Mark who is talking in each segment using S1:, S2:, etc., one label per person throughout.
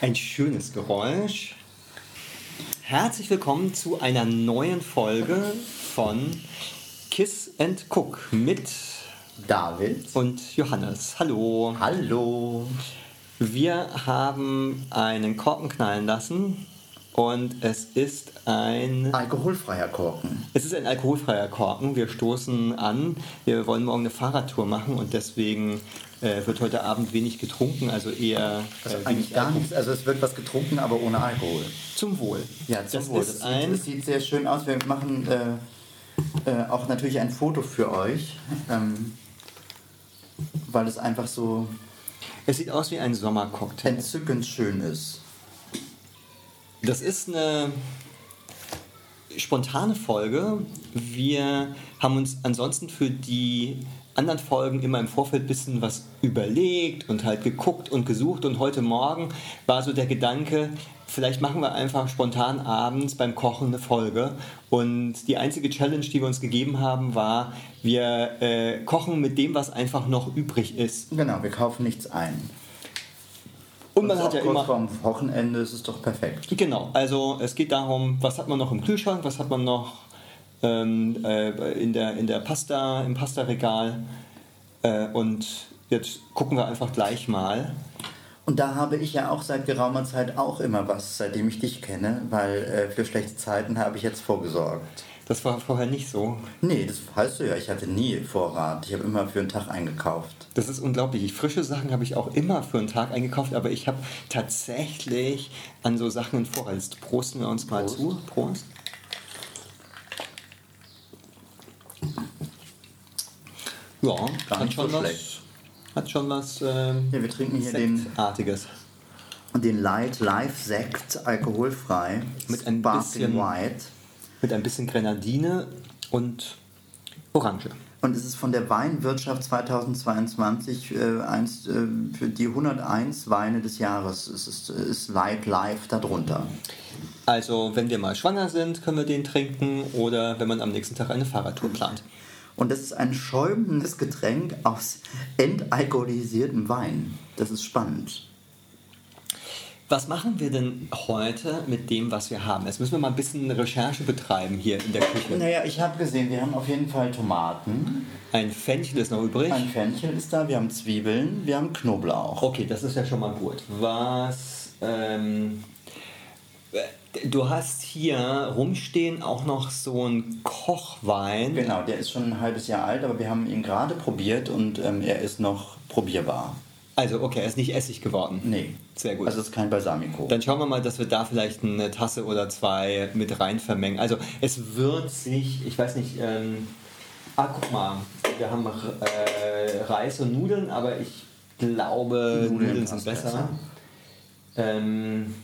S1: Ein schönes Geräusch. Herzlich willkommen zu einer neuen Folge von Kiss and Cook mit
S2: David.
S1: und Johannes. Hallo.
S2: Hallo.
S1: Wir haben einen Korken knallen lassen und es ist ein
S2: Alkoholfreier Korken.
S1: Es ist ein alkoholfreier Korken. Wir stoßen an. Wir wollen morgen eine Fahrradtour machen und deswegen äh, wird heute Abend wenig getrunken, also eher
S2: Also
S1: äh,
S2: eigentlich
S1: wenig
S2: gar nichts. Also es wird was getrunken, aber ohne Alkohol.
S1: zum Wohl. das Ist
S2: Das
S1: ein,
S2: sieht, das sieht sehr schön aus. Wir machen äh, äh, auch natürlich ein Foto für euch, ähm, weil es einfach so
S1: es sieht aus wie ein Sommercocktail.
S2: entzückend schön ist.
S1: Das ist eine spontane Folge. Wir haben uns ansonsten für die anderen Folgen immer im Vorfeld ein bisschen was überlegt und halt geguckt und gesucht. Und heute Morgen war so der Gedanke, vielleicht machen wir einfach spontan abends beim Kochen eine Folge. Und die einzige Challenge, die wir uns gegeben haben, war, wir äh, kochen mit dem, was einfach noch übrig ist.
S2: Genau, wir kaufen nichts ein.
S1: Und man
S2: ist
S1: hat
S2: auch
S1: ja
S2: kurz
S1: immer...
S2: vorm Wochenende ist es doch perfekt.
S1: Genau, also es geht darum, was hat man noch im Kühlschrank, was hat man noch ähm, äh, in, der, in der Pasta, im Pastaregal. Äh, und jetzt gucken wir einfach gleich mal.
S2: Und da habe ich ja auch seit geraumer Zeit auch immer was, seitdem ich dich kenne, weil äh, für schlechte Zeiten habe ich jetzt vorgesorgt.
S1: Das war vorher nicht so.
S2: Nee, das weißt du ja, ich hatte nie Vorrat. Ich habe immer für einen Tag eingekauft.
S1: Das ist unglaublich. Frische Sachen habe ich auch immer für einen Tag eingekauft, aber ich habe tatsächlich an so Sachen in Vorrat. Jetzt prosten wir uns mal
S2: Prost.
S1: zu. Prost. Ja,
S2: Gar
S1: hat
S2: nicht
S1: schon,
S2: so
S1: was,
S2: schlecht.
S1: hat schon was ähm,
S2: Ja, wir trinken hier den,
S1: Sektartiges.
S2: den Light Life Sekt, alkoholfrei.
S1: Mit ein
S2: Sparkling
S1: bisschen-
S2: White.
S1: Mit ein bisschen Grenadine und Orange.
S2: Und es ist von der Weinwirtschaft 2022 äh, eins, äh, für die 101 Weine des Jahres. Es ist, ist Light Life darunter.
S1: Also, wenn wir mal schwanger sind, können wir den trinken oder wenn man am nächsten Tag eine Fahrradtour plant.
S2: Und das ist ein schäumendes Getränk aus entalkoholisiertem Wein. Das ist spannend.
S1: Was machen wir denn heute mit dem, was wir haben? Jetzt müssen wir mal ein bisschen Recherche betreiben hier in der Küche.
S2: Naja, ich habe gesehen, wir haben auf jeden Fall Tomaten.
S1: Ein Fenchel ist noch übrig.
S2: Ein Fenchel ist da, wir haben Zwiebeln, wir haben Knoblauch.
S1: Okay, das ist ja schon mal gut. Was. Ähm, äh, du hast hier rumstehen auch noch so einen Kochwein.
S2: Genau, der ist schon ein halbes Jahr alt, aber wir haben ihn gerade probiert und ähm, er ist noch probierbar.
S1: Also, okay, er ist nicht essig geworden.
S2: Nee.
S1: Sehr gut.
S2: Also es ist kein Balsamico.
S1: Dann schauen wir mal, dass wir da vielleicht eine Tasse oder zwei mit rein vermengen. Also es wird sich, ich weiß nicht, ähm, ah guck mal, wir haben äh, Reis und Nudeln, aber ich glaube, Nudeln,
S2: Nudeln
S1: sind
S2: passt
S1: besser.
S2: besser.
S1: Ähm,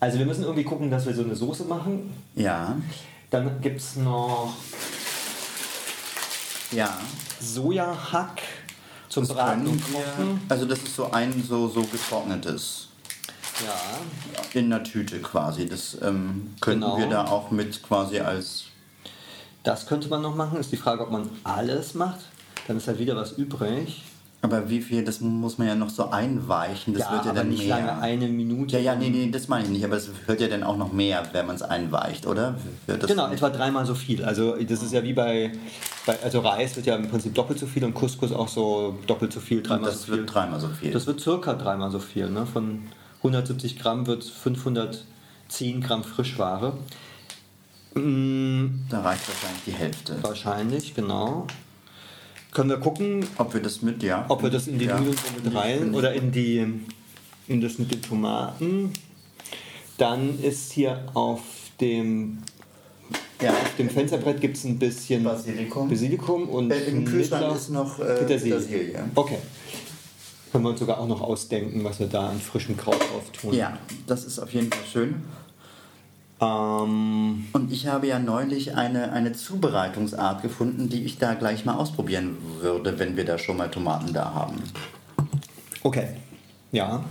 S1: also wir müssen irgendwie gucken, dass wir so eine Soße machen.
S2: ja,
S1: Dann gibt es noch
S2: ja.
S1: Sojahack zum
S2: Das
S1: Braten
S2: können
S1: und
S2: wir,
S1: Kochen.
S2: also das ist so ein so, so getrocknetes
S1: Ja.
S2: in einer Tüte quasi. Das ähm, könnten
S1: Genau.
S2: wir da auch mit quasi als
S1: Das könnte man noch machen. Ist die Frage, ob man alles macht. Dann ist halt wieder was übrig.
S2: aber wie viel, das muss man ja noch so einweichen, das
S1: ja,
S2: wird ja
S1: aber
S2: dann
S1: nicht
S2: mehr.
S1: lange, eine Minute.
S2: ja, ja, nee, nee, das meine ich nicht, aber es wird ja dann auch noch mehr, wenn man es einweicht, oder? Wird das
S1: Genau, etwa dreimal so viel. Also das ist ja wie bei, bei, also Reis wird ja im Prinzip doppelt so viel und Couscous auch so doppelt so viel, dreimal
S2: Das
S1: so viel.
S2: wird dreimal so viel.
S1: das wird circa dreimal so viel. Ne? Von 170 Gramm wird 510 Gramm Frischware. Mm,
S2: da reicht wahrscheinlich die Hälfte.
S1: wahrscheinlich, genau. Können wir gucken,
S2: Ob wir das mit, ja.
S1: ob wir das in die
S2: ja.
S1: Nudeln so mit rein oder in die in das mit den Tomaten. Dann ist hier auf dem
S2: Ja.
S1: Auf dem Fensterbrett gibt es ein bisschen
S2: Basilikum.
S1: Basilikum und
S2: Äh, Im Kühlschrank
S1: Schnittlauch-
S2: ist noch äh,
S1: Petersilie.
S2: Petersilie.
S1: Okay. Können wir uns sogar auch noch ausdenken, was wir da an frischem Kraut drauf tun.
S2: Ja, das ist auf jeden Fall schön.
S1: Ähm,
S2: Und ich habe ja neulich eine, eine Zubereitungsart gefunden, die ich da gleich mal ausprobieren würde, wenn wir da schon mal Tomaten da haben.
S1: okay. Ja.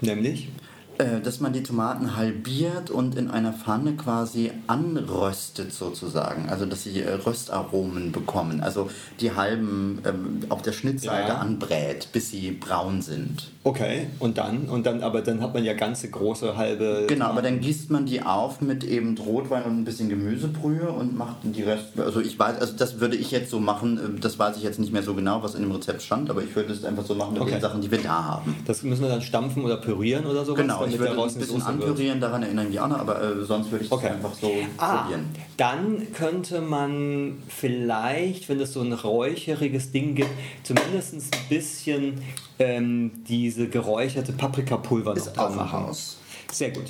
S1: Nämlich?
S2: Äh, dass man die Tomaten halbiert und in einer Pfanne quasi anröstet sozusagen. Also dass sie äh, Röstaromen bekommen. Also die halben ähm, auf der Schnittseite
S1: Ja.
S2: anbrät, bis sie braun sind.
S1: Okay, und dann? Und dann, aber dann hat man ja ganze große halbe.
S2: Genau, aber dann gießt man die auf mit eben Rotwein und ein bisschen Gemüsebrühe und macht die Rest. Also ich weiß, also das würde ich jetzt so machen, ähm, das weiß ich jetzt nicht mehr so genau, was in dem Rezept stand, aber ich würde es einfach so machen mit
S1: Okay.
S2: den Sachen, die wir da haben.
S1: Das müssen wir dann stampfen oder pürieren oder sowas,
S2: Genau, ich
S1: damit
S2: würde
S1: daraus
S2: ein
S1: eine
S2: bisschen
S1: Soße wird.
S2: anpürieren, daran erinnere ich mich auch noch, aber äh, sonst würde ich es
S1: Okay.
S2: einfach so
S1: Ah,
S2: probieren.
S1: dann könnte man vielleicht, wenn es so ein räucheriges Ding gibt, zumindest ein bisschen ähm, diese geräucherte Paprikapulver noch
S2: Ist
S1: drauf
S2: auch
S1: machen.
S2: raus.
S1: Sehr gut.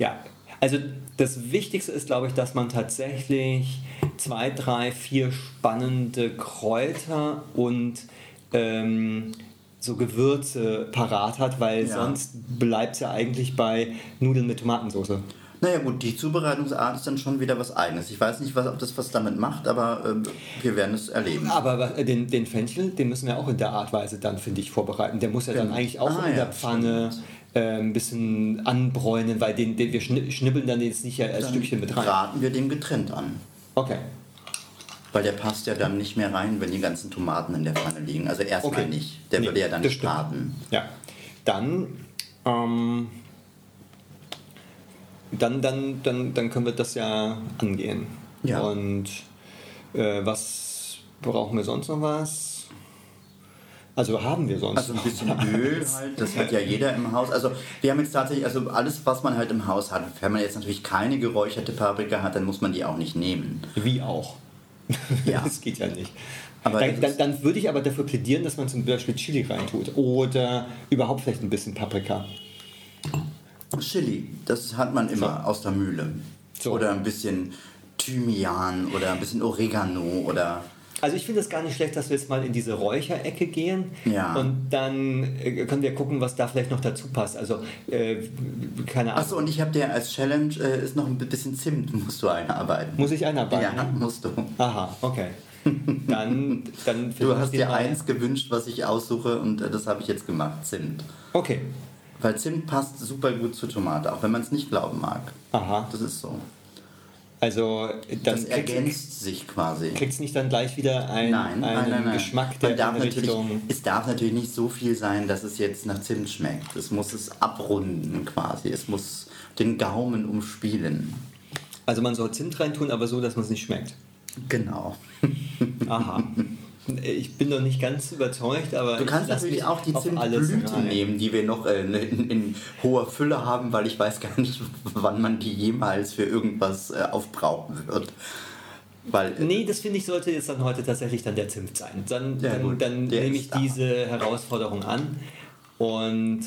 S1: Ja, also das Wichtigste ist, glaube ich, dass man tatsächlich zwei, drei, vier spannende Kräuter und ähm, so Gewürze parat hat, weil
S2: Ja.
S1: sonst bleibt es ja eigentlich bei Nudeln mit Tomatensauce.
S2: Naja gut, die Zubereitungsart ist dann schon wieder was eigenes. Ich weiß nicht, was, ob das was damit macht, aber ähm, wir werden es erleben.
S1: Aber wa- äh, den, den Fenchel, den müssen wir auch in der Art Weise dann, finde ich, vorbereiten. Der muss ja dann
S2: Stimmt.
S1: eigentlich auch
S2: Ah,
S1: in der
S2: ja,
S1: Pfanne äh, ein bisschen anbräunen, weil den, den wir schni- schnibbeln dann jetzt nicht ja als
S2: Dann
S1: Stückchen mit rein.
S2: braten wir den getrennt an.
S1: Okay.
S2: Weil der passt ja dann nicht mehr rein, wenn die ganzen Tomaten in der Pfanne liegen. Also erstmal
S1: Okay.
S2: nicht. Der
S1: Nee,
S2: würde ja dann
S1: das
S2: nicht
S1: stimmt.
S2: braten.
S1: Ja. Dann, ähm, dann, dann, dann, dann können wir das ja angehen.
S2: Ja.
S1: Und äh, was brauchen wir sonst noch was? Also haben wir sonst
S2: Also ein
S1: noch
S2: bisschen
S1: was?
S2: Öl halt, das hat ja jeder im Haus. Also wir haben jetzt tatsächlich, also alles, was man halt im Haus hat. Wenn man jetzt natürlich keine geräucherte Paprika hat, dann muss man die auch nicht nehmen.
S1: Wie auch.
S2: Ja.
S1: Das geht ja nicht.
S2: Aber
S1: dann,
S2: das
S1: dann,
S2: ist-
S1: dann würde ich aber dafür plädieren, dass man zum Beispiel Chili reintut oder überhaupt vielleicht ein bisschen Paprika.
S2: Chili, das hat man immer aus der Mühle.
S1: So.
S2: Oder ein bisschen Thymian oder ein bisschen Oregano oder...
S1: Also ich finde es gar nicht schlecht, dass wir jetzt mal in diese Räucherecke gehen
S2: Ja.
S1: und dann äh, können wir gucken, was da vielleicht noch dazu passt. Also äh, keine Ahnung,
S2: Achso, und ich habe dir als Challenge, äh, ist noch ein bisschen Zimt, musst du einarbeiten.
S1: muss ich einarbeiten?
S2: Ja, musst du.
S1: Aha, okay. Dann, dann
S2: Du hast
S1: vielleicht
S2: dir
S1: mal-
S2: eins gewünscht, was ich aussuche und äh, das habe ich jetzt gemacht, Zimt.
S1: Okay,
S2: Weil Zimt passt super gut zu Tomate, auch wenn man es nicht glauben mag.
S1: aha.
S2: Das ist so.
S1: Also
S2: Das
S1: dann kriegt
S2: ergänzt sich quasi.
S1: es nicht dann gleich wieder ein,
S2: Nein, nein,
S1: einen
S2: nein, nein.
S1: Geschmack, der
S2: man darf
S1: in eine
S2: natürlich,
S1: Richtung...
S2: es darf natürlich nicht so viel sein, dass es jetzt nach Zimt schmeckt. Es muss es abrunden quasi. Es muss den Gaumen umspielen.
S1: Also man soll Zimt reintun, aber so, dass man es nicht schmeckt.
S2: Genau.
S1: Aha. Ich bin noch nicht ganz überzeugt, aber
S2: Du kannst
S1: ich Äh, lass
S2: natürlich
S1: mich
S2: auch die
S1: auf alles
S2: Zimtblüte
S1: rein.
S2: nehmen, die wir noch äh, in, in hoher Fülle haben, weil ich weiß gar nicht, wann man die jemals für irgendwas äh, aufbrauchen wird. Weil äh,
S1: Nee, das finde ich, sollte jetzt dann heute tatsächlich dann der Zimt sein. Dann,
S2: Ja,
S1: dann,
S2: gut.
S1: dann
S2: Der
S1: nehme
S2: ist
S1: ich
S2: da.
S1: diese Herausforderung an und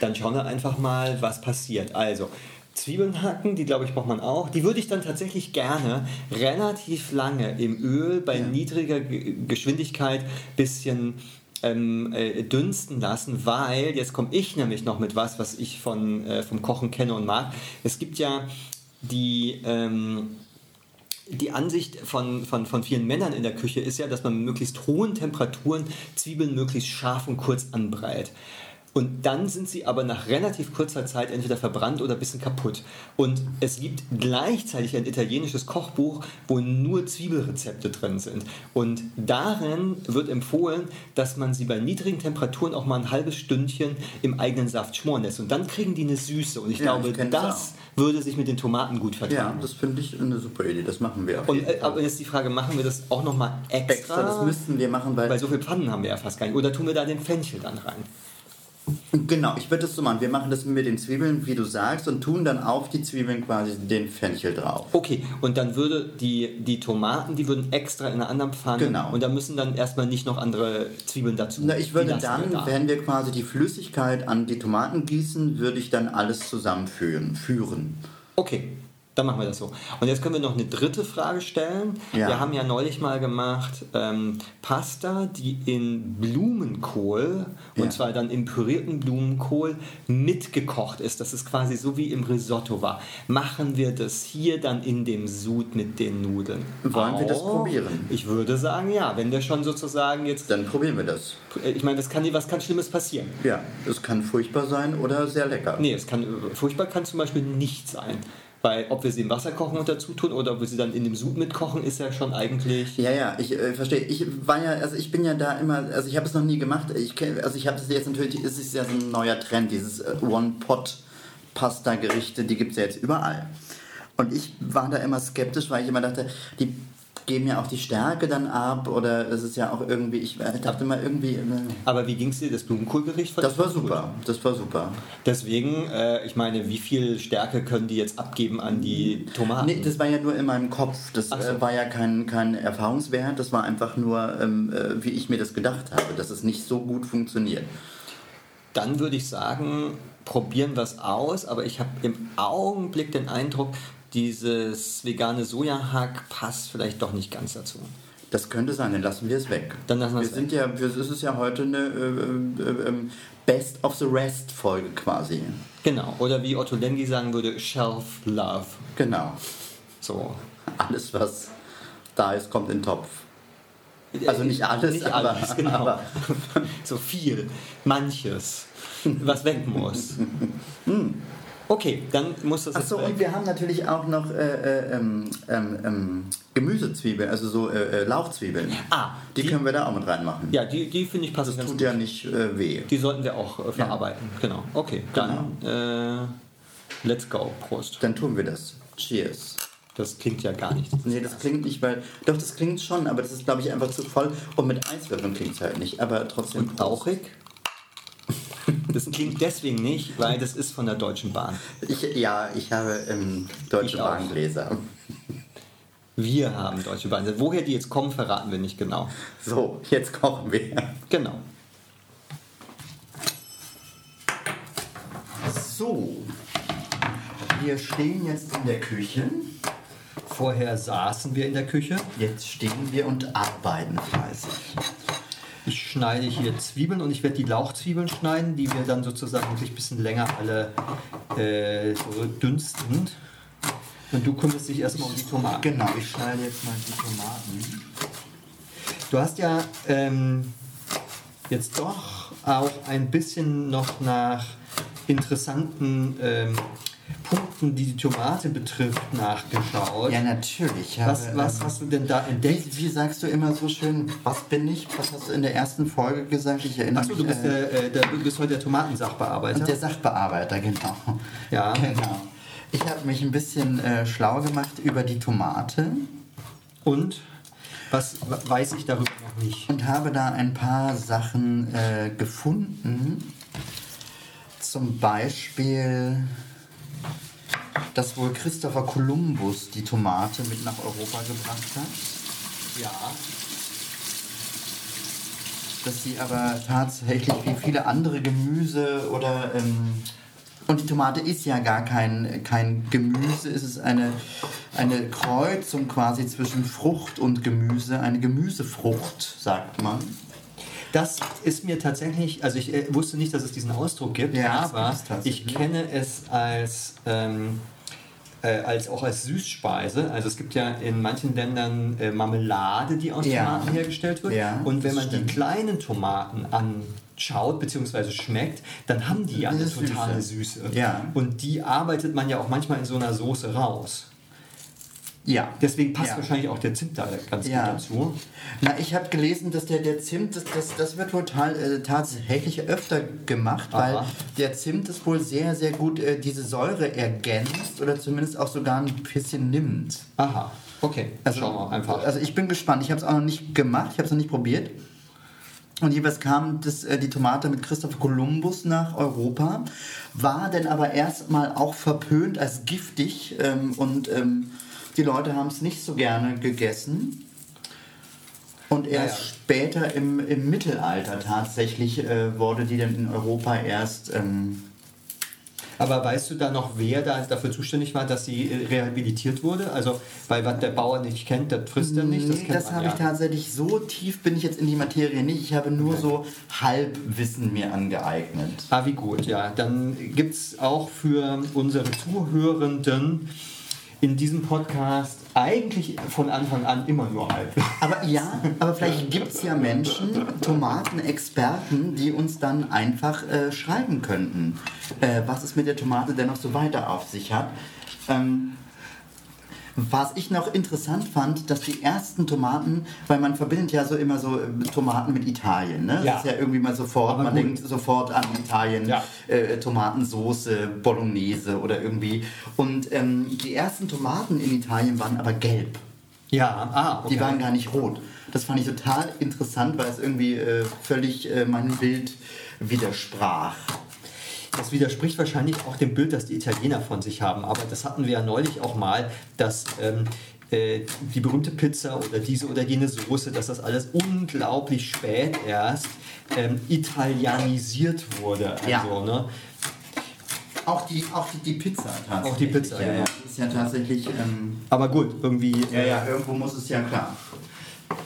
S1: dann schauen wir einfach mal, was passiert. Also, Zwiebeln hacken, die glaube ich braucht man auch. Die würde ich dann tatsächlich gerne relativ lange im Öl bei niedriger Ge- Geschwindigkeit bisschen ähm, äh, dünsten lassen, weil jetzt komme ich nämlich noch mit was, was ich von, äh, vom Kochen kenne und mag. Es gibt ja die ähm, die Ansicht von, von, von vielen Männern in der Küche ist ja, dass man mit möglichst hohen Temperaturen Zwiebeln möglichst scharf und kurz anbrät. Und dann sind sie aber nach relativ kurzer Zeit entweder verbrannt oder ein bisschen kaputt. Und es gibt gleichzeitig ein italienisches Kochbuch, wo nur Zwiebelrezepte drin sind. Und darin wird empfohlen, dass man sie bei niedrigen Temperaturen auch mal ein halbes Stündchen im eigenen Saft schmoren lässt. Und dann kriegen die eine Süße. Und ich
S2: Ja, ich
S1: glaube,
S2: kenne das
S1: das würde sich mit den Tomaten gut vertragen.
S2: ja, das finde ich eine super Idee. Das machen wir auf
S1: Und,
S2: jeden
S1: äh,
S2: Fall.
S1: aber jetzt die Frage, machen wir das auch nochmal extra?
S2: extra, das müssten wir machen, weil
S1: Weil so viele Pfannen haben wir ja fast gar nicht. Oder tun wir da den Fenchel dann rein?
S2: Genau, ich würde das so machen. Wir machen das mit den Zwiebeln, wie du sagst, und tun dann auf die Zwiebeln quasi den Fenchel drauf.
S1: Okay, und dann würde die, die Tomaten, die würden extra in einer anderen Pfanne.
S2: Genau.
S1: Und da müssen dann erstmal nicht noch andere Zwiebeln dazu.
S2: Na, ich
S1: Die
S2: würde
S1: lassen wir
S2: dann,
S1: da.
S2: wenn wir quasi die Flüssigkeit an die Tomaten gießen, würde ich dann alles zusammenführen. Führen.
S1: Okay, Dann machen wir das so. Und jetzt können wir noch eine dritte Frage stellen.
S2: Ja.
S1: Wir haben ja neulich mal gemacht ähm, Pasta, die in Blumenkohl,
S2: Ja.
S1: und zwar dann im pürierten Blumenkohl, mitgekocht ist. Das ist quasi so wie im Risotto war. Machen wir das hier dann in dem Sud mit den Nudeln?
S2: Wollen wir das
S1: Auch?
S2: probieren?
S1: Ich würde sagen, ja. Wenn der schon sozusagen jetzt... Äh,
S2: Dann probieren wir das.
S1: Ich meine, das kann, dir- was kann Schlimmes passieren?
S2: Ja, es kann furchtbar sein oder sehr lecker.
S1: Nee, es kann, furchtbar kann zum Beispiel nicht sein. Weil ob wir sie im Wasser kochen und dazu tun oder ob wir sie dann in dem Sud mitkochen, ist ja schon eigentlich...
S2: Ja, ja, ich äh, verstehe. Ich war ja, also ich bin ja da immer, also ich habe es noch nie gemacht. Ich kenn- also ich habe es jetzt natürlich, es ist ja so ein neuer Trend, dieses äh, One-Pot-Pasta-Gerichte, die gibt es ja jetzt überall. Und ich war da immer skeptisch, weil ich immer dachte, die geben ja auch die Stärke dann ab oder es ist ja auch irgendwie, ich äh, dachte immer irgendwie, äh,
S1: Aber wie ging es dir, das Blumenkohlgericht? fand
S2: das
S1: ich
S2: war
S1: gut.
S2: super, das war super.
S1: Deswegen, äh, ich meine, wie viel Stärke können die jetzt abgeben an die Tomaten?
S2: Nee, das war ja nur in meinem Kopf. Das
S1: Ah. Ach so.
S2: äh, war ja kein, kein Erfahrungswert. Das war einfach nur, ähm, äh, wie ich mir das gedacht habe, dass es nicht so gut funktioniert.
S1: dann würde ich sagen, probieren wir es aus. Aber ich habe im Augenblick den Eindruck, dieses vegane Sojahack passt vielleicht doch nicht ganz dazu.
S2: Das könnte sein, dann lassen wir es weg.
S1: Dann lassen wir
S2: wir
S1: es
S2: sind ja, wir, es ist ja heute eine äh, äh, äh, Best of the Rest Folge quasi.
S1: Genau. Oder wie Otto Lengi sagen würde, Shelf Love.
S2: Genau.
S1: So.
S2: Alles was da ist, kommt in den Topf. Also nicht alles,
S1: nicht
S2: aber-
S1: alles, genau.
S2: aber-
S1: so viel, manches, was weg muss. Hm. Okay, dann muss das
S2: Achso,
S1: jetzt
S2: und
S1: weg.
S2: wir haben natürlich auch noch äh, äh, ähm, ähm, ähm, Gemüsezwiebeln, also so äh, äh, Lauchzwiebeln.
S1: Ah,
S2: die,
S1: die-
S2: können wir da auch mit reinmachen.
S1: Ja, die, die finde ich passen
S2: Das
S1: ganz
S2: tut
S1: gut.
S2: ja nicht äh, weh.
S1: Die sollten wir auch äh, verarbeiten. Genau. Okay, dann äh, let's go. Prost.
S2: Dann tun wir das. Cheers.
S1: Das klingt ja gar nicht.
S2: Nee, das klingt nicht, weil. Doch, das klingt schon, aber das ist, glaube ich, einfach zu voll. Und mit Eiswürfeln klingt es halt nicht, aber trotzdem.
S1: Und bauchig? Das klingt deswegen nicht, weil das ist von der Deutschen Bahn.
S2: Ich, ja, ich habe ähm, deutsche
S1: Ich auch.
S2: Bahngläser.
S1: Wir haben Deutsche Bahn. Woher die jetzt kommen, verraten wir nicht genau.
S2: So, jetzt kochen wir.
S1: Genau.
S2: So, wir stehen jetzt in der Küche.
S1: Vorher saßen wir in der Küche.
S2: Jetzt stehen wir und arbeiten fleißig.
S1: Ich schneide hier Zwiebeln und ich werde die Lauchzwiebeln schneiden, die wir dann sozusagen wirklich ein bisschen länger alle äh, so dünsten. Und du kümmerst dich erstmal um die Tomaten.
S2: Genau, ich schneide jetzt mal die Tomaten.
S1: Du hast ja ähm, jetzt doch auch ein bisschen noch nach interessanten ähm, Punkten, die die Tomate betrifft, nachgeschaut.
S2: Ja, natürlich. Ich
S1: was,
S2: habe,
S1: was
S2: ähm,
S1: hast du denn da entdeckt?
S2: Wie, wie sagst du immer so schön, was bin ich? Was hast du in der ersten Folge gesagt? Ich erinnere
S1: Achso, du
S2: mich
S1: bist,
S2: äh,
S1: der, äh, der, du bist heute der Tomatensachbearbeiter.
S2: der Sachbearbeiter, genau.
S1: Ja.
S2: Genau. Ich habe mich ein bisschen äh, schlau gemacht über die Tomate.
S1: Und was we- weiß ich darüber noch nicht?
S2: und habe da ein paar Sachen äh, gefunden. Zum Beispiel, dass wohl Christopher Columbus die Tomate mit nach Europa gebracht hat,
S1: Ja.
S2: dass sie aber tatsächlich wie viele andere Gemüse oder ähm, und die Tomate ist ja gar kein, kein Gemüse, es ist eine, eine Kreuzung quasi zwischen Frucht und Gemüse, eine Gemüsefrucht, sagt man.
S1: Das ist mir tatsächlich, also ich äh, wusste nicht, dass es diesen Ausdruck gibt,
S2: Ja, das
S1: aber
S2: gibt's tatsächlich.
S1: ich kenne es als, ähm, äh, als auch als Süßspeise. Also es gibt ja in manchen Ländern äh, Marmelade, die aus
S2: Ja.
S1: Tomaten hergestellt wird.
S2: Ja,
S1: Und wenn
S2: das
S1: man
S2: stimmt.
S1: die kleinen Tomaten anschaut bzw. schmeckt, dann haben die ja eine
S2: Eine Süße.
S1: totale Süße.
S2: Ja.
S1: Und die arbeitet man ja auch manchmal in so einer Soße raus.
S2: Ja.
S1: Deswegen passt
S2: Ja.
S1: wahrscheinlich auch der Zimt da ganz
S2: Ja.
S1: gut dazu.
S2: Na, ich habe gelesen, dass der, der Zimt, das, das, das wird wohl tal, äh, tatsächlich öfter gemacht, weil
S1: Aha.
S2: der Zimt ist wohl sehr, sehr gut äh, diese Säure ergänzt oder zumindest auch sogar ein bisschen nimmt.
S1: Aha, okay. Schauen wir einfach.
S2: Also ich bin gespannt. Ich habe es auch noch nicht gemacht, ich habe es noch nicht probiert. Und jeweils kam das, äh, die Tomate mit Christopher Columbus nach Europa, war dann aber erstmal auch verpönt als giftig ähm, und ähm, die Leute haben es nicht so gerne gegessen. Und erst
S1: Naja.
S2: später im, im Mittelalter tatsächlich äh, wurde die dann in Europa erst ähm,
S1: Aber weißt du da noch, wer da dafür zuständig war, dass sie äh, rehabilitiert wurde? Also, weil was der Bauer nicht kennt, das frisst er nicht.
S2: Das,
S1: kennt
S2: das
S1: man
S2: habe
S1: ja.
S2: ich tatsächlich so tief bin ich jetzt in die Materie nicht. Ich habe nur so Halbwissen mir angeeignet.
S1: Ah, wie gut, ja. Dann gibt es auch für unsere Zuhörenden in diesem Podcast eigentlich von Anfang an immer nur halb.
S2: Aber ja, aber vielleicht gibt es ja Menschen, Tomatenexperten, die uns dann einfach äh, schreiben könnten, äh, was es mit der Tomate denn noch so weiter auf sich hat. Ähm, was ich noch interessant fand, dass die ersten Tomaten, weil man verbindet ja so immer so äh, Tomaten mit Italien, ne?
S1: Ja.
S2: Das ist ja irgendwie mal sofort,
S1: Aber
S2: man
S1: gut.
S2: denkt sofort an Italien,
S1: Ja.
S2: äh, Tomatensoße, Bolognese oder irgendwie. Und ähm, die ersten Tomaten in Italien waren aber gelb.
S1: Ja, ah, okay.
S2: Die waren gar nicht rot. Das fand ich total interessant, weil es irgendwie äh, völlig äh, meinem Bild widersprach.
S1: Das widerspricht wahrscheinlich auch dem Bild, das die Italiener von sich haben. Aber das hatten wir ja neulich auch mal, dass ähm, äh, die berühmte Pizza oder diese oder jene Soße, dass das alles unglaublich spät erst ähm, italienisiert wurde. Also,
S2: Ja.
S1: ne?
S2: Auch die, auch die, die Pizza tatsächlich.
S1: Auch die Pizza, ja, ja.
S2: Das ist ja tatsächlich. Ähm,
S1: Aber gut, irgendwie. äh,
S2: Irgendwo muss es ja klar.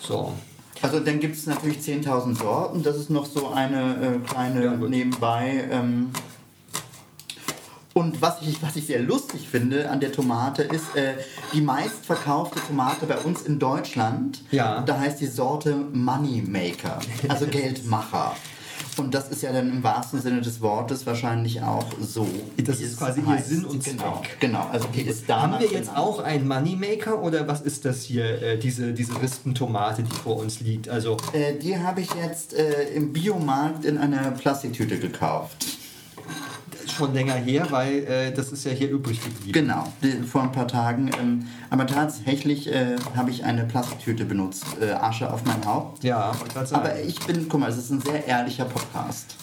S1: So.
S2: Also dann gibt es natürlich 10.000 Sorten. Das ist noch so eine äh, kleine
S1: Ja, gut.
S2: nebenbei. Ähm, und was ich, was ich sehr lustig finde an der Tomate ist, äh, die meistverkaufte Tomate bei uns in Deutschland,
S1: Ja.
S2: da heißt die Sorte Moneymaker, also Geldmacher. Und das ist ja dann im wahrsten Sinne des Wortes wahrscheinlich auch so.
S1: Das
S2: wie
S1: ist
S2: es
S1: quasi ihr
S2: heißt.
S1: Sinn und
S2: genau,
S1: Zweck.
S2: Genau, also die ist da.
S1: Haben wir jetzt auch einen Moneymaker oder was ist das hier, äh, diese, diese Rispentomate, die vor uns liegt? Also,
S2: Äh, die habe ich jetzt äh, im Biomarkt in einer Plastiktüte gekauft.
S1: schon länger her, weil äh, das ist ja hier übrig geblieben.
S2: Genau, die- vor ein paar Tagen. Ähm, aber tatsächlich äh, habe ich eine Plastiktüte benutzt. Äh, Asche auf mein Haupt.
S1: Ja, äh, wollte gerade sagen.
S2: Aber ich bin, guck mal, es ist ein sehr ehrlicher Podcast.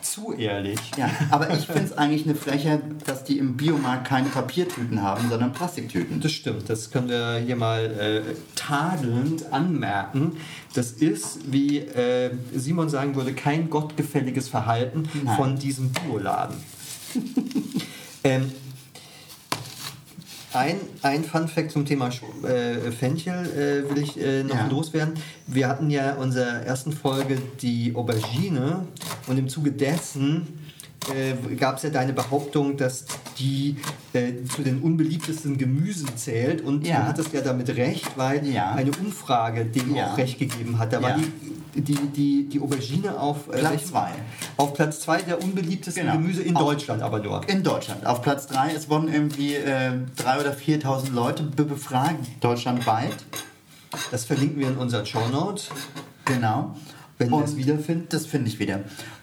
S1: zu ehrlich.
S2: Ja, aber ich finde es eigentlich eine Frechheit, dass die im Biomarkt keine Papiertüten haben, sondern Plastiktüten.
S1: Das stimmt, das können wir hier mal äh, tadelnd anmerken. Das ist, wie äh, Simon sagen würde, kein gottgefälliges Verhalten
S2: Nein.
S1: von diesem Bioladen. ähm, ein, ein Fun-Fact zum Thema Sch- äh, Fenchel äh, will ich äh, noch
S2: Ja.
S1: loswerden. Wir hatten ja in unserer ersten Folge die Aubergine und im Zuge dessen äh, gab es ja deine Behauptung, dass die äh, zu den unbeliebtesten Gemüsen zählt und
S2: Ja.
S1: du hattest ja damit recht, weil
S2: Ja.
S1: eine Umfrage dem
S2: Ja.
S1: auch recht gegeben hat. Da war
S2: Ja.
S1: die, die, die, die Aubergine auf äh,
S2: Platz
S1: welchem-
S2: zwei.
S1: Auf Platz 2 der unbeliebtesten
S2: Genau.
S1: Gemüse in
S2: Auf-
S1: Deutschland aber nur.
S2: In Deutschland. Auf Platz 3, es wurden irgendwie äh, 3.000 oder 4.000 Leute be befragt, deutschlandweit.
S1: Das verlinken wir in unseren Shownotes.
S2: Genau.
S1: Wenn ihr es
S2: wiederfindet, das finde ich wieder.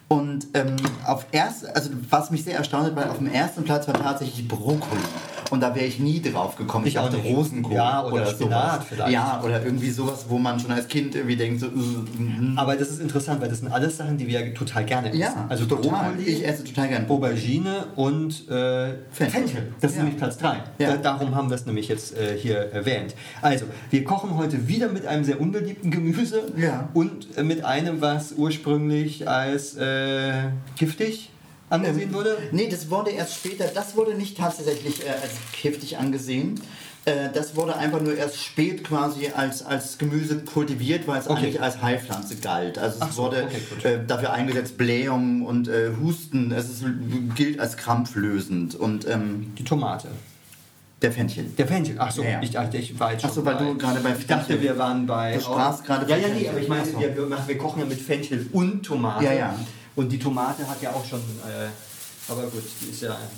S2: Und ähm, auf erst, also was mich sehr erstaunt hat, weil auf dem ersten Platz war tatsächlich Brokkoli. Und da wäre ich nie drauf gekommen. Ich,
S1: Ich auch
S2: dachte
S1: nicht.
S2: Rosenkohl
S1: Ja, oder Spinat
S2: sowas.
S1: vielleicht.
S2: Ja, oder irgendwie sowas, wo man schon als Kind irgendwie denkt, so, äh, mhm.
S1: Aber das ist interessant, weil das sind alles Sachen, die wir ja total gerne essen.
S2: ja,
S1: also
S2: total.
S1: Brokkoli,
S2: Ich esse total gern Brokkoli.
S1: Aubergine und äh,
S2: Fenchel.
S1: Fenchel. Das ist
S2: Ja.
S1: nämlich Platz 3.
S2: Ja.
S1: Da, darum haben wir es nämlich jetzt äh, hier erwähnt. Also, wir kochen heute wieder mit einem sehr unbeliebten Gemüse
S2: Ja.
S1: und äh, mit einem, was ursprünglich als äh, giftig
S2: Ähm,
S1: angesehen wurde.
S2: Nee, das wurde erst später, das wurde nicht tatsächlich äh, als giftig angesehen. Äh, Das wurde einfach nur erst spät quasi als, als Gemüse kultiviert, weil es
S1: Okay.
S2: eigentlich als Heilpflanze galt. Also
S1: Ach
S2: es
S1: so,
S2: wurde
S1: okay, gut.
S2: äh, dafür eingesetzt Blähungen und äh, Husten. Es ist, gilt als krampflösend. Und ähm,
S1: Die Tomate.
S2: der Fenchel.
S1: Der Fenchel. Ach so,
S2: Ja, ja.
S1: ich dachte, ich war jetzt
S2: Ach
S1: schon
S2: so, weil
S1: bei-
S2: du gerade bei
S1: Ich dachte,
S2: Fenchel-
S1: wir waren bei...
S2: Du sprachst gerade
S1: Ja,
S2: von
S1: ja, nee,
S2: Fenchel.
S1: aber ich meine,
S2: Ach so.
S1: wir, wir, machen, wir kochen ja mit Fenchel und Tomate.
S2: Ja, ja.
S1: Und die Tomate hat ja auch schon... Äh, aber gut, die ist ja... äh,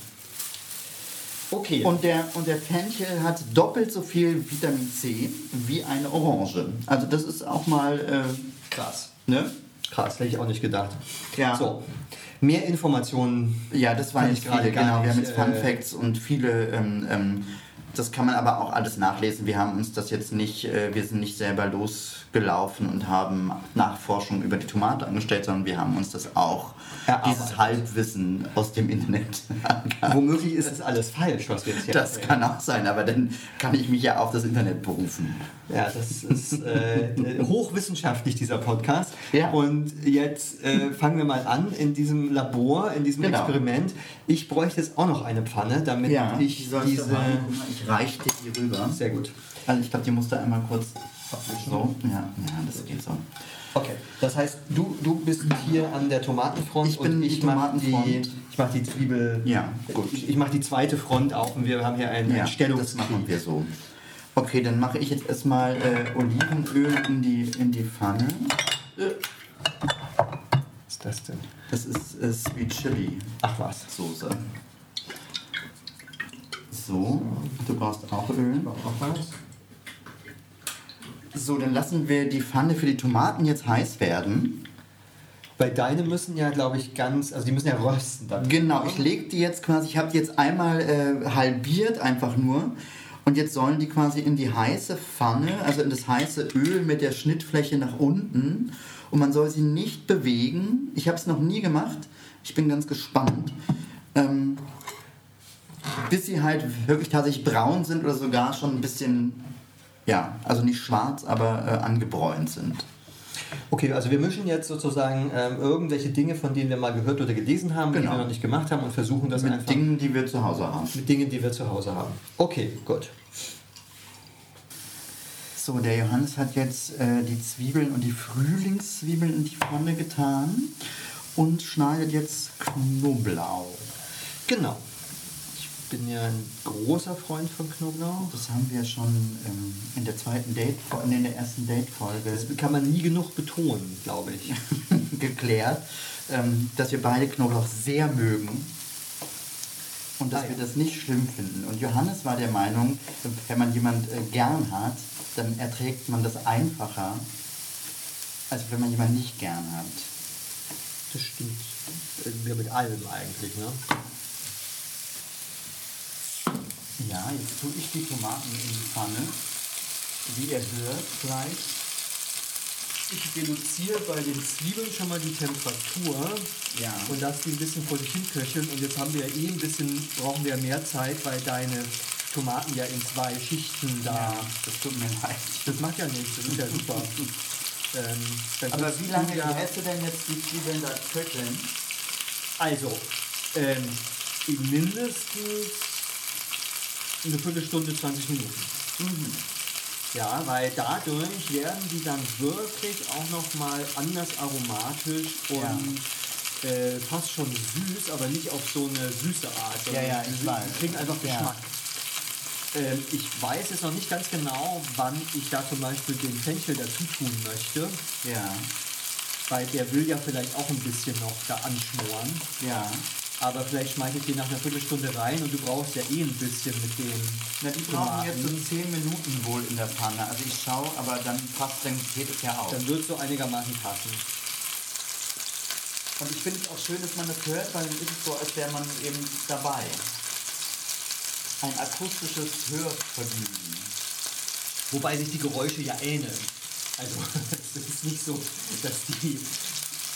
S1: Okay.
S2: Und der, und der Fenchel hat doppelt so viel Vitamin C wie eine Orange. Also das ist auch mal, äh,
S1: krass.
S2: ne?
S1: Krass, hätte ich auch nicht gedacht.
S2: Ja.
S1: So, mehr Informationen.
S2: Ja, das waren
S1: Kann ich
S2: jetzt
S1: gerade
S2: viele,
S1: gar
S2: genau.
S1: nicht,
S2: Wir haben jetzt Fun
S1: äh,
S2: Facts und viele ähm, ähm, Das kann man aber auch alles nachlesen. Wir haben uns das jetzt nicht, äh, wir sind nicht selber losgelaufen und haben Nachforschung über die Tomate angestellt, sondern wir haben uns das auch,
S1: Erarbeitet.
S2: dieses Halbwissen aus dem Internet angegangen.
S1: Womöglich ist es alles falsch, was wir jetzt hier
S2: Das
S1: erzählen.
S2: kann auch sein, aber dann kann ich mich ja auf das Internet berufen.
S1: Ja, das ist äh, hochwissenschaftlich, dieser Podcast.
S2: Ja.
S1: Und jetzt äh, fangen wir mal an in diesem Labor, in diesem
S2: Genau.
S1: Experiment. Ich bräuchte jetzt auch noch eine Pfanne, damit ich
S2: soll
S1: diese...
S2: ich reiche dir die rüber.
S1: Sehr gut.
S2: Also ich glaube, die musste einmal kurz so. Ja, ja, das geht so.
S1: Okay, das heißt, du, du bist hier an der Tomatenfront
S2: Ich bin
S1: und
S2: die
S1: ich mache
S2: Tomatenfront.
S1: die, ich mach die Zwiebel...
S2: Ja, gut.
S1: Ich, ich mache die zweite Front auf und wir haben hier einen
S2: Ja,
S1: ja,
S2: das machen wir so. Okay, dann mache ich jetzt erstmal äh, Olivenöl in die, in die Pfanne.
S1: Was ist das denn?
S2: Das ist äh, Sweet Chili
S1: Ach was.
S2: Soße. So, du brauchst auch Öl.
S1: Auch was?
S2: So, dann lassen wir die Pfanne für die Tomaten jetzt heiß werden.
S1: Bei deine müssen ja, glaube ich, ganz... Also die müssen ja rösten dann.
S2: Genau, ich lege die jetzt quasi, ich habe die jetzt einmal äh, halbiert einfach nur. Und jetzt sollen die quasi in die heiße Pfanne, also in das heiße Öl mit der Schnittfläche nach unten. Und man soll sie nicht bewegen. Ich habe es noch nie gemacht. Ich bin ganz gespannt. Ähm, bis sie halt wirklich tatsächlich braun sind oder sogar schon ein bisschen, ja, also nicht schwarz, aber äh, angebräunt sind.
S1: Okay, also wir mischen jetzt sozusagen ähm, irgendwelche Dinge, von denen wir mal gehört oder gelesen haben, die
S2: Genau.
S1: wir noch nicht gemacht haben und versuchen das einfach
S2: Mit Dingen, die wir zu Hause haben.
S1: mit Dingen, die wir zu Hause haben. Okay, gut.
S2: So, der Johannes hat jetzt äh, die Zwiebeln und die Frühlingszwiebeln in die Pfanne getan und schneidet jetzt Knoblauch.
S1: Genau. Ich bin ja ein großer Freund von Knoblauch.
S2: Das haben wir schon ähm, in der zweiten Date, nee, in der ersten Date-Folge
S1: Das kann man nie genug betonen, glaube ich.
S2: geklärt, ähm, dass wir beide Knoblauch sehr mögen und dass
S1: Ah,
S2: wir
S1: ja.
S2: das nicht schlimm finden. Und Johannes war der Meinung, wenn man jemand äh, gern hat, dann erträgt man das einfacher, als wenn man jemand nicht gern hat.
S1: Das stimmt. Irgendwie mit allem eigentlich, ne?
S2: Ja, jetzt tue ich die Tomaten in die Pfanne. Wie ihr hört gleich.
S1: Ich reduziere bei den Zwiebeln schon mal die Temperatur
S2: Ja.
S1: und lasse die ein bisschen vor sich hin köcheln. Und jetzt haben wir ja eh ein bisschen, brauchen wir ja mehr Zeit, weil deine Tomaten ja in zwei Schichten da.
S2: Ja, das tut mir leid.
S1: Das macht ja nichts, das ist ja super. ähm, dann
S2: Aber
S1: kannst
S2: wie
S1: du
S2: lange
S1: ja-
S2: lässt du denn jetzt die Zwiebeln da köcheln?
S1: Also, ähm, mindestens eine Viertelstunde, 20 Minuten.
S2: Mhm.
S1: Ja, weil dadurch werden die dann wirklich auch nochmal anders aromatisch und äh, fast schon süß, aber nicht auf so eine süße Art. sondern
S2: ja, ich
S1: sie-
S2: weiß.
S1: Sie kriegen einfach
S2: Ja.
S1: Geschmack. Ähm, ich weiß jetzt noch nicht ganz genau, wann ich da zum Beispiel den Fenchel dazu tun möchte,
S2: Ja,
S1: weil der will ja vielleicht auch ein bisschen noch da anschmoren.
S2: ja.
S1: Aber vielleicht schmeiße ich die nach einer Viertelstunde rein und du brauchst ja eh ein bisschen mit dem.
S2: Na, die brauchen
S1: Tomaten.
S2: jetzt so 10 Minuten wohl in der Pfanne. Also ich schaue, aber dann passt, dann geht es ja auch.
S1: Dann wird so einigermaßen passen.
S2: Und ich finde es auch schön, dass man das hört, weil dann ist es so, als wäre man eben dabei. Ein akustisches Hörvergnügen.
S1: Wobei sich die Geräusche ja ähneln. Also es ist nicht so, dass die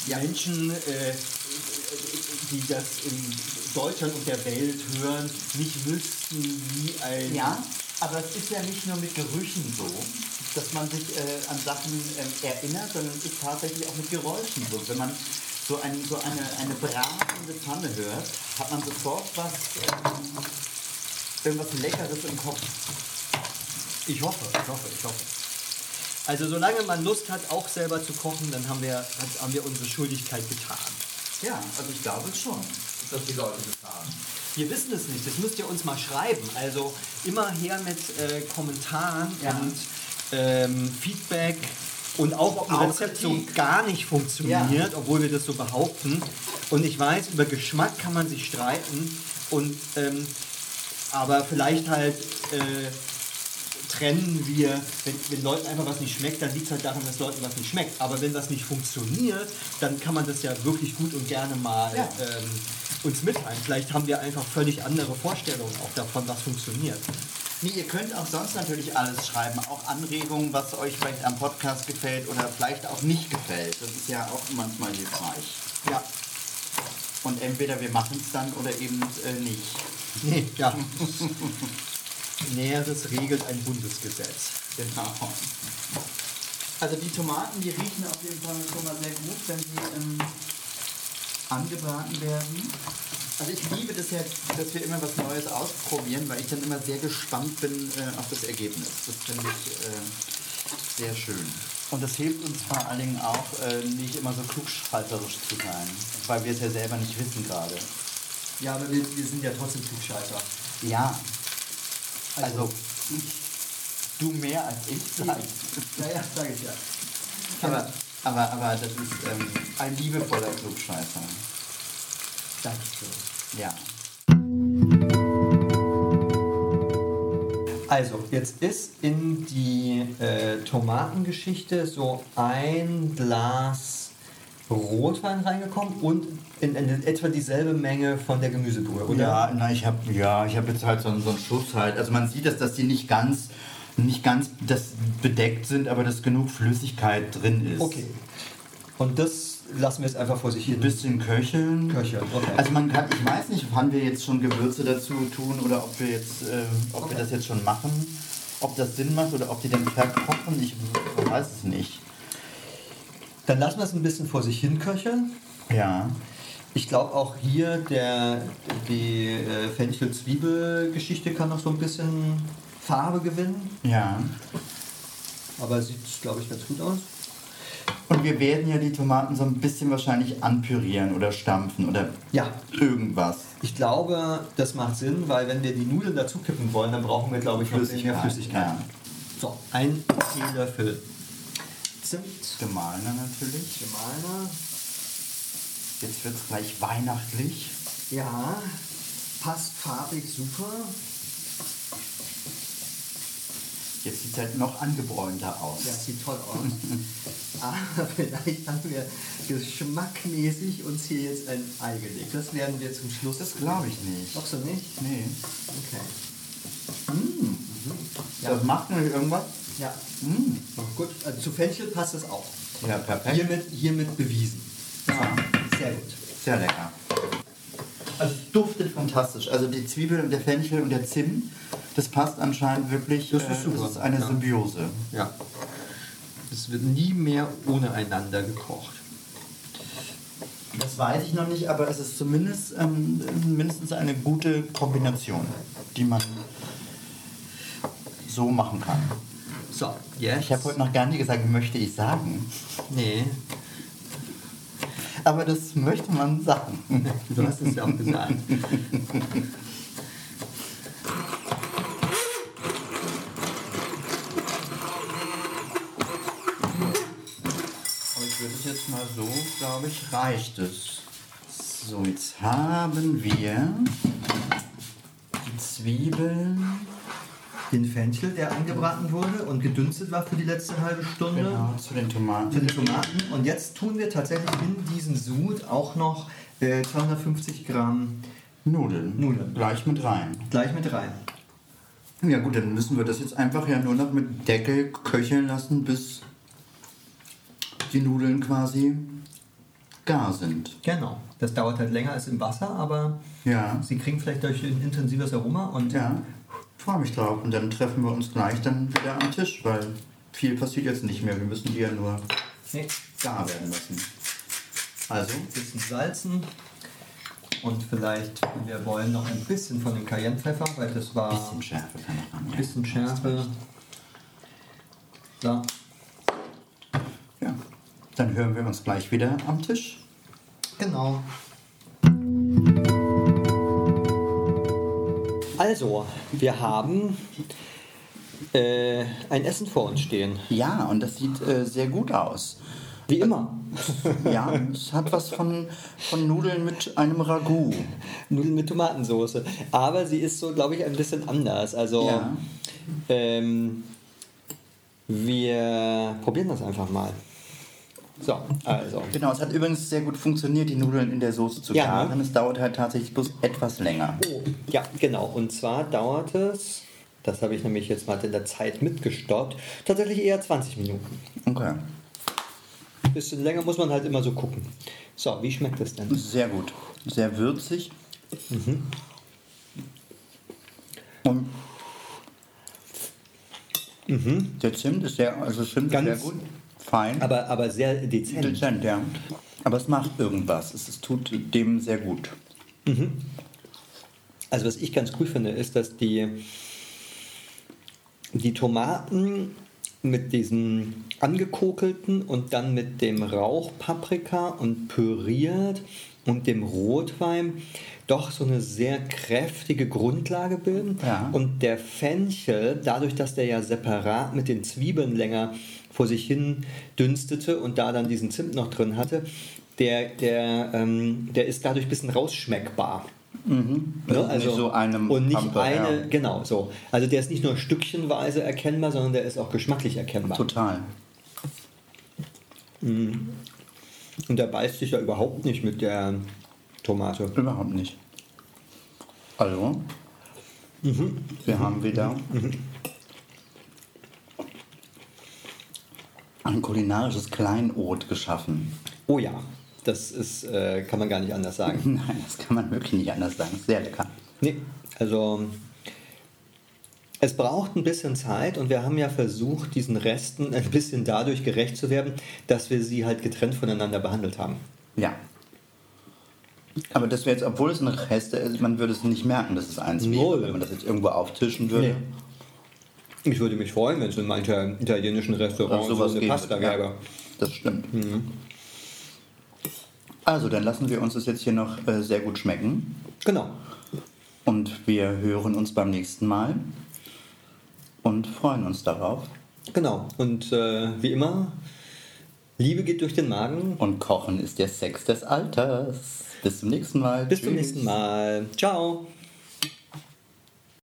S1: Menschen, äh, die das in Deutschland und der Welt hören, nicht wüssten, wie ein...
S2: Ja, aber es ist ja nicht nur mit Gerüchen so, dass man sich äh, an Sachen ähm, erinnert, sondern es ist tatsächlich auch mit Geräuschen so. Wenn man so, ein, so eine, eine bratende Pfanne hört, hat man sofort was, ähm, irgendwas Leckeres im Kopf.
S1: Ich hoffe, ich hoffe, ich hoffe. Also solange man Lust hat, auch selber zu kochen, dann haben wir, haben wir unsere Schuldigkeit getan.
S2: Ja, also ich glaube schon, dass die Leute das haben.
S1: Wir wissen es nicht, das müsst ihr uns mal schreiben. Also immer her mit äh, Kommentaren
S2: Ja.
S1: und ähm, Feedback und auch ob
S2: Auch
S1: ein Rezept so
S2: Kritik.
S1: gar nicht funktioniert, obwohl wir das so behaupten. Und ich weiß, über Geschmack kann man sich streiten und ähm, aber vielleicht halt äh, trennen wir, wenn, wenn Leuten einfach was nicht schmeckt, dann liegt es halt daran, dass Leuten was nicht schmeckt. Aber wenn was nicht funktioniert, dann kann man das ja wirklich gut und gerne mal
S2: Ja.
S1: ähm, uns mitteilen. Vielleicht haben wir einfach völlig andere Vorstellungen auch davon, was funktioniert.
S2: Nee, ihr könnt auch sonst natürlich alles schreiben, auch Anregungen, was euch vielleicht am Podcast gefällt oder vielleicht auch nicht gefällt. Das ist ja auch manchmal hilfreich. Ja. Und entweder wir machen es dann oder eben äh, nicht.
S3: Nee, ja. Näheres regelt ein Bundesgesetz.
S2: Genau. Also die Tomaten, die riechen auf jeden Fall schon mal sehr gut, wenn sie ähm, angebraten werden. Also ich liebe das ja, dass wir immer was Neues ausprobieren, weil ich dann immer sehr gespannt bin äh, auf das Ergebnis. Das finde ich äh, sehr schön. Und das hilft uns vor allen Dingen auch, äh, nicht immer so klugschalterisch zu sein, weil wir es ja selber nicht wissen gerade.
S3: Ja, aber wir, wir sind ja trotzdem Klugschalter.
S2: Ja, also du mehr als ich, sag ich.
S3: Ja, ja, sage ich ja.
S2: Aber, aber, aber das ist ähm, ein liebevoller Klugscheißer.
S3: Danke schön.
S2: Ja.
S1: Also, jetzt ist in die äh, Tomatengeschichte so ein Glas Rotwein reingekommen und in, in etwa dieselbe Menge von der Gemüsebrühe, oder?
S2: Ja, na, ich habe ja, ich hab jetzt halt so einen, so einen Schuss halt. Also man sieht, dass, dass die nicht ganz, nicht ganz das bedeckt sind, aber dass genug Flüssigkeit drin ist.
S1: Okay. Und das lassen wir jetzt einfach vor sich
S2: Ein
S1: hin.
S2: bisschen köcheln.
S1: Mhm. Köcheln, okay.
S2: Also man kann, ich weiß nicht, wann wir jetzt schon Gewürze dazu tun oder ob wir jetzt, äh, ob wir das jetzt schon machen, ob das Sinn macht oder ob die dann verkochen. Ich weiß es nicht.
S1: Dann lassen wir es ein bisschen vor sich hin köcheln.
S2: Ja.
S1: Ich glaube auch hier der, die äh, Fenchel-Zwiebel-Geschichte kann noch so ein bisschen Farbe gewinnen,
S2: Ja.
S1: aber sieht, glaube ich, ganz gut aus.
S2: Und wir werden ja die Tomaten so ein bisschen wahrscheinlich anpürieren oder stampfen oder
S1: Ja,
S2: irgendwas.
S1: ich glaube, das macht Sinn, weil wenn wir die Nudeln dazu kippen wollen, dann brauchen wir, glaube ich, noch mehr Flüssigkeit.
S2: Ja.
S1: So, ein Teelöffel Zimt,
S2: Gemahlener natürlich.
S1: gemahlener,
S2: Jetzt wird es gleich weihnachtlich.
S1: ja, passt farbig super.
S2: Jetzt sieht es halt noch angebräunter aus.
S1: Das sieht toll aus. Aber vielleicht haben wir geschmackmäßig uns hier jetzt ein Ei gelegt. Das werden wir zum Schluss.
S2: Das glaube ich nicht.
S1: Glaubst du nicht?
S2: Nee.
S1: Okay.
S2: Das macht nämlich irgendwas.
S1: Ja,
S2: Mm.
S1: noch gut. Also zu Fenchel passt das auch.
S2: Ja, perfekt.
S1: Hiermit, hiermit bewiesen.
S2: Ja.
S1: Sehr gut.
S2: Sehr lecker. Also es duftet fantastisch. Also die Zwiebel und der Fenchel und der Zimt, das passt anscheinend wirklich. äh,
S1: Das ist super.
S2: das ist eine
S1: Ja.
S2: Symbiose.
S1: Ja. Es wird nie mehr ohne einander gekocht.
S2: Das weiß ich noch nicht, aber es ist zumindest ähm, mindestens eine gute Kombination, die man so machen kann.
S1: So, jetzt.
S2: Ich habe heute noch gar nicht gesagt, möchte ich sagen.
S1: Nee,
S2: Aber das möchte man sagen.
S1: du hast es ja auch gesagt.
S2: Aber ich würde es jetzt mal so, glaube ich, reicht es. So, jetzt haben wir die Zwiebeln.
S1: Den Fenchel, der angebraten wurde und gedünstet war für die letzte halbe Stunde.
S2: Genau, zu den
S1: Für
S2: Tomaten.
S1: die Tomaten. Und jetzt tun wir tatsächlich in diesen Sud auch noch äh, 250 Gramm
S2: Nudeln.
S1: Nudeln.
S2: Gleich mit rein.
S1: gleich mit rein.
S2: Ja gut, dann müssen wir das jetzt einfach ja nur noch mit Deckel köcheln lassen, bis die Nudeln quasi gar sind.
S1: Genau. Das dauert halt länger als im Wasser, aber
S2: Ja.
S1: Sie kriegen vielleicht durch ein intensives Aroma und
S2: Ja, freue mich drauf. Und dann treffen wir uns gleich dann wieder am Tisch, weil viel passiert jetzt nicht mehr. Wir müssen die ja nur
S1: nee,
S2: gar werden lassen. Also,
S1: ein bisschen salzen. Und vielleicht, wir wollen noch ein bisschen von dem Cayennepfeffer, weil das war
S2: ein bisschen Schärfe kann noch
S1: ein
S2: ran.
S1: bisschen Schärfe. So,
S2: Ja, dann hören wir uns gleich wieder am Tisch.
S1: genau. Also, wir haben äh, ein Essen vor uns stehen.
S2: Ja, und das sieht äh, sehr gut aus.
S1: Wie immer.
S2: Ja, es hat was von, von Nudeln mit einem Ragout.
S1: Nudeln mit Tomatensauce. Aber sie ist so, glaube ich, ein bisschen anders. Also,
S2: Ja.
S1: ähm, wir probieren das einfach mal. So, also.
S2: Genau, es hat übrigens sehr gut funktioniert, die Nudeln in der Soße zu
S1: Ja,
S2: garen.
S1: ne?
S2: Es dauert halt tatsächlich bloß etwas länger.
S1: Oh, ja, genau. Und zwar dauert es
S4: Das habe ich nämlich jetzt mal in der Zeit mitgestoppt. Tatsächlich eher 20 Minuten.
S2: Okay.
S4: Bisschen länger muss man halt immer so gucken. So, wie schmeckt das denn?
S2: Sehr gut. Sehr würzig.
S4: Mhm.
S2: Und Der Zimt ist sehr, also Zimt
S4: Mhm. Ganz-
S2: ist sehr gut. Fein.
S4: Aber, aber sehr dezent.
S2: dezent, ja. Aber es macht irgendwas. Es, es tut dem sehr gut.
S4: Also was ich ganz cool finde, ist, dass die, die Tomaten mit diesem angekokelten und dann mit dem Rauch Paprika und püriert und dem Rotwein doch so eine sehr kräftige Grundlage bilden.
S2: Ja.
S4: Und der Fenchel, dadurch, dass der ja separat mit den Zwiebeln länger vor sich hin dünstete und da dann diesen Zimt noch drin hatte, der, der, ähm, der ist dadurch ein bisschen rausschmeckbar.
S2: Also nicht so einem
S4: Ne? und nicht
S2: Pampe,
S4: eine,
S2: ja.
S4: genau so. Also der ist nicht nur stückchenweise erkennbar, sondern der ist auch geschmacklich erkennbar.
S2: Total.
S4: Und der beißt sich ja überhaupt nicht mit der Tomate.
S2: Überhaupt nicht. Also,
S4: Mhm.
S2: wir haben wieder ein kulinarisches Kleinod geschaffen.
S4: Oh ja, das ist, äh, kann man gar nicht anders sagen.
S2: Nein, das kann man wirklich nicht anders sagen. Sehr lecker.
S4: Nee, also es braucht ein bisschen Zeit und wir haben ja versucht, diesen Resten ein bisschen dadurch gerecht zu werden, dass wir sie halt getrennt voneinander behandelt haben.
S2: Ja. Aber das wäre jetzt, obwohl es eine Reste ist, man würde es nicht merken, dass es eins
S4: Null.
S2: wäre, wenn man das jetzt irgendwo auftischen würde.
S4: Ich würde mich freuen, wenn es in mancher italienischen Restaurant
S2: Dass
S4: so eine Mhm.
S2: geben
S4: Pasta
S2: würde. Ja,
S4: gäbe.
S2: Das stimmt. Also, dann lassen wir uns das jetzt hier noch äh, sehr gut schmecken.
S4: Genau.
S2: Und wir hören uns beim nächsten Mal und freuen uns darauf
S4: Genau. Und äh, wie immer, Liebe geht durch den Magen.
S2: und kochen ist der Sex des Alters. Bis zum nächsten Mal.
S4: Bis zum
S2: Tschüss.
S4: nächsten Mal. Ciao.